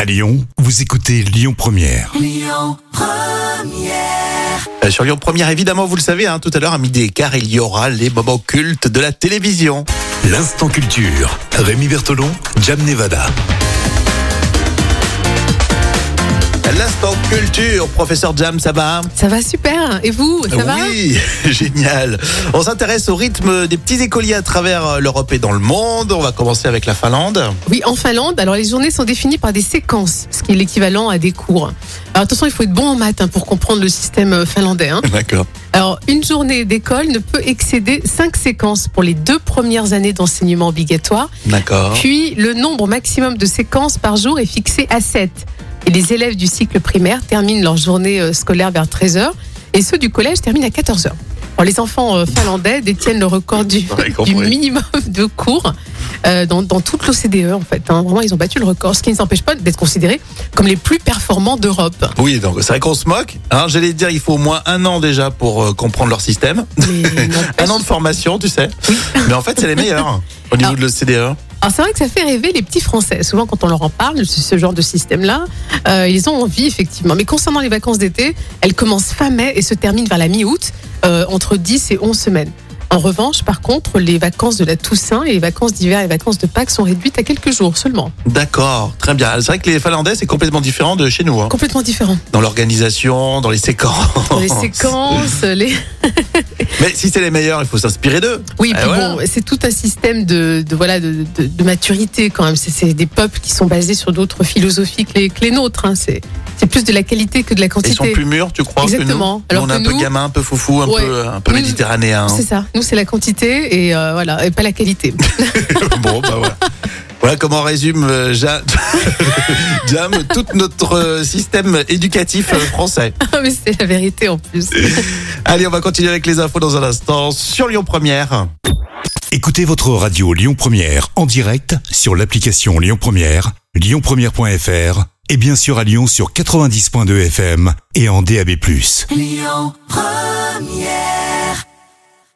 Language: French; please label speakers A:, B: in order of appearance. A: À Lyon, vous écoutez Lyon Première.
B: Euh, Sur Lyon Première, évidemment, vous le savez, hein, tout à l'heure à midi et quart, il y aura les moments cultes de la télévision.
A: L'instant culture. Rémi Bertolon, Jam Nevada.
B: L'instant culture, professeur Jam, ça va hein
C: Ça va super. Et vous, ça va
B: Oui, génial. On s'intéresse au rythme des petits écoliers à travers euh, l'Europe et dans le monde. On va commencer avec la Finlande.
C: Oui, en Finlande, alors les journées sont définies par des séquences, ce qui est l'équivalent à des cours. Alors attention, il faut être bon en maths hein, pour comprendre le système euh, finlandais. hein.
B: D'accord.
C: Alors une journée d'école ne peut excéder cinq séquences pour les deux premières années d'enseignement obligatoire.
B: D'accord.
C: Puis le nombre maximum de séquences par jour est fixé à 7. Et les élèves du cycle primaire terminent leur journée euh, scolaire vers 13h et ceux du collège terminent à 14h. Alors, les enfants euh, finlandais détiennent le record du,
B: J'aurais
C: du
B: compris.
C: minimum de cours euh, dans, dans toute l'OCDE en fait. hein. Vraiment, ils ont battu le record, ce qui ne les empêche pas d'être considérés comme les plus performants d'Europe.
B: Oui, donc c'est vrai qu'on se moque. Hein, J'allais dire, il faut au moins un an déjà pour euh, comprendre leur système.
C: Mais n'empêche-
B: Un an de formation, tu sais. Mais en fait, c'est les meilleurs au niveau
C: Ah.
B: de l'OCDE.
C: Alors c'est vrai que ça fait rêver les petits Français. Souvent quand on leur en parle, ce- ce genre de système-là, euh, ils ont envie effectivement. Mais concernant les vacances d'été, elles commencent fin mai et se terminent vers la mi-août, euh, entre 10 et 11 semaines. En revanche, par contre, les vacances de la Toussaint et les vacances d'hiver et les vacances de Pâques sont réduites à quelques jours seulement.
B: D'accord, très bien. C'est vrai que les Finlandais, c'est complètement différent de chez nous. hein.
C: Complètement différent.
B: Dans l'organisation, dans les séquences.
C: Les séquences, les...
B: Mais si c'est les meilleurs, il faut s'inspirer d'eux.
C: Oui,
B: Eh
C: puis
B: voilà.
C: bon, c'est tout un système de, de voilà de, de- de maturité quand même. C'est- C'est des peuples qui sont basés sur d'autres philosophies que les, que les nôtres. hein. C'est c'est plus de la qualité que de la
B: Ils
C: quantité.
B: sont plus mûrs, tu crois, que nous.
C: Exactement.
B: Nous,
C: Alors
B: on est
C: que
B: un peu
C: nous-
B: gamin, un peu foufou, un
C: Ouais.
B: peu, un peu
C: Nous-
B: méditerranéen.
C: C'est ça. Nous, c'est la quantité et euh, voilà, et pas la qualité.
B: bon, bah voilà. Voilà comment on résume euh, Ja- Jam tout notre euh, système éducatif euh, français.
C: Mais c'est la vérité en plus.
B: Allez, on va continuer avec les infos dans un instant sur Lyon Première.
A: Écoutez votre radio Lyon Première en direct sur l'application Lyon Première, lyonpremière.fr et bien sûr à Lyon sur 90.2 FM et en DAB+.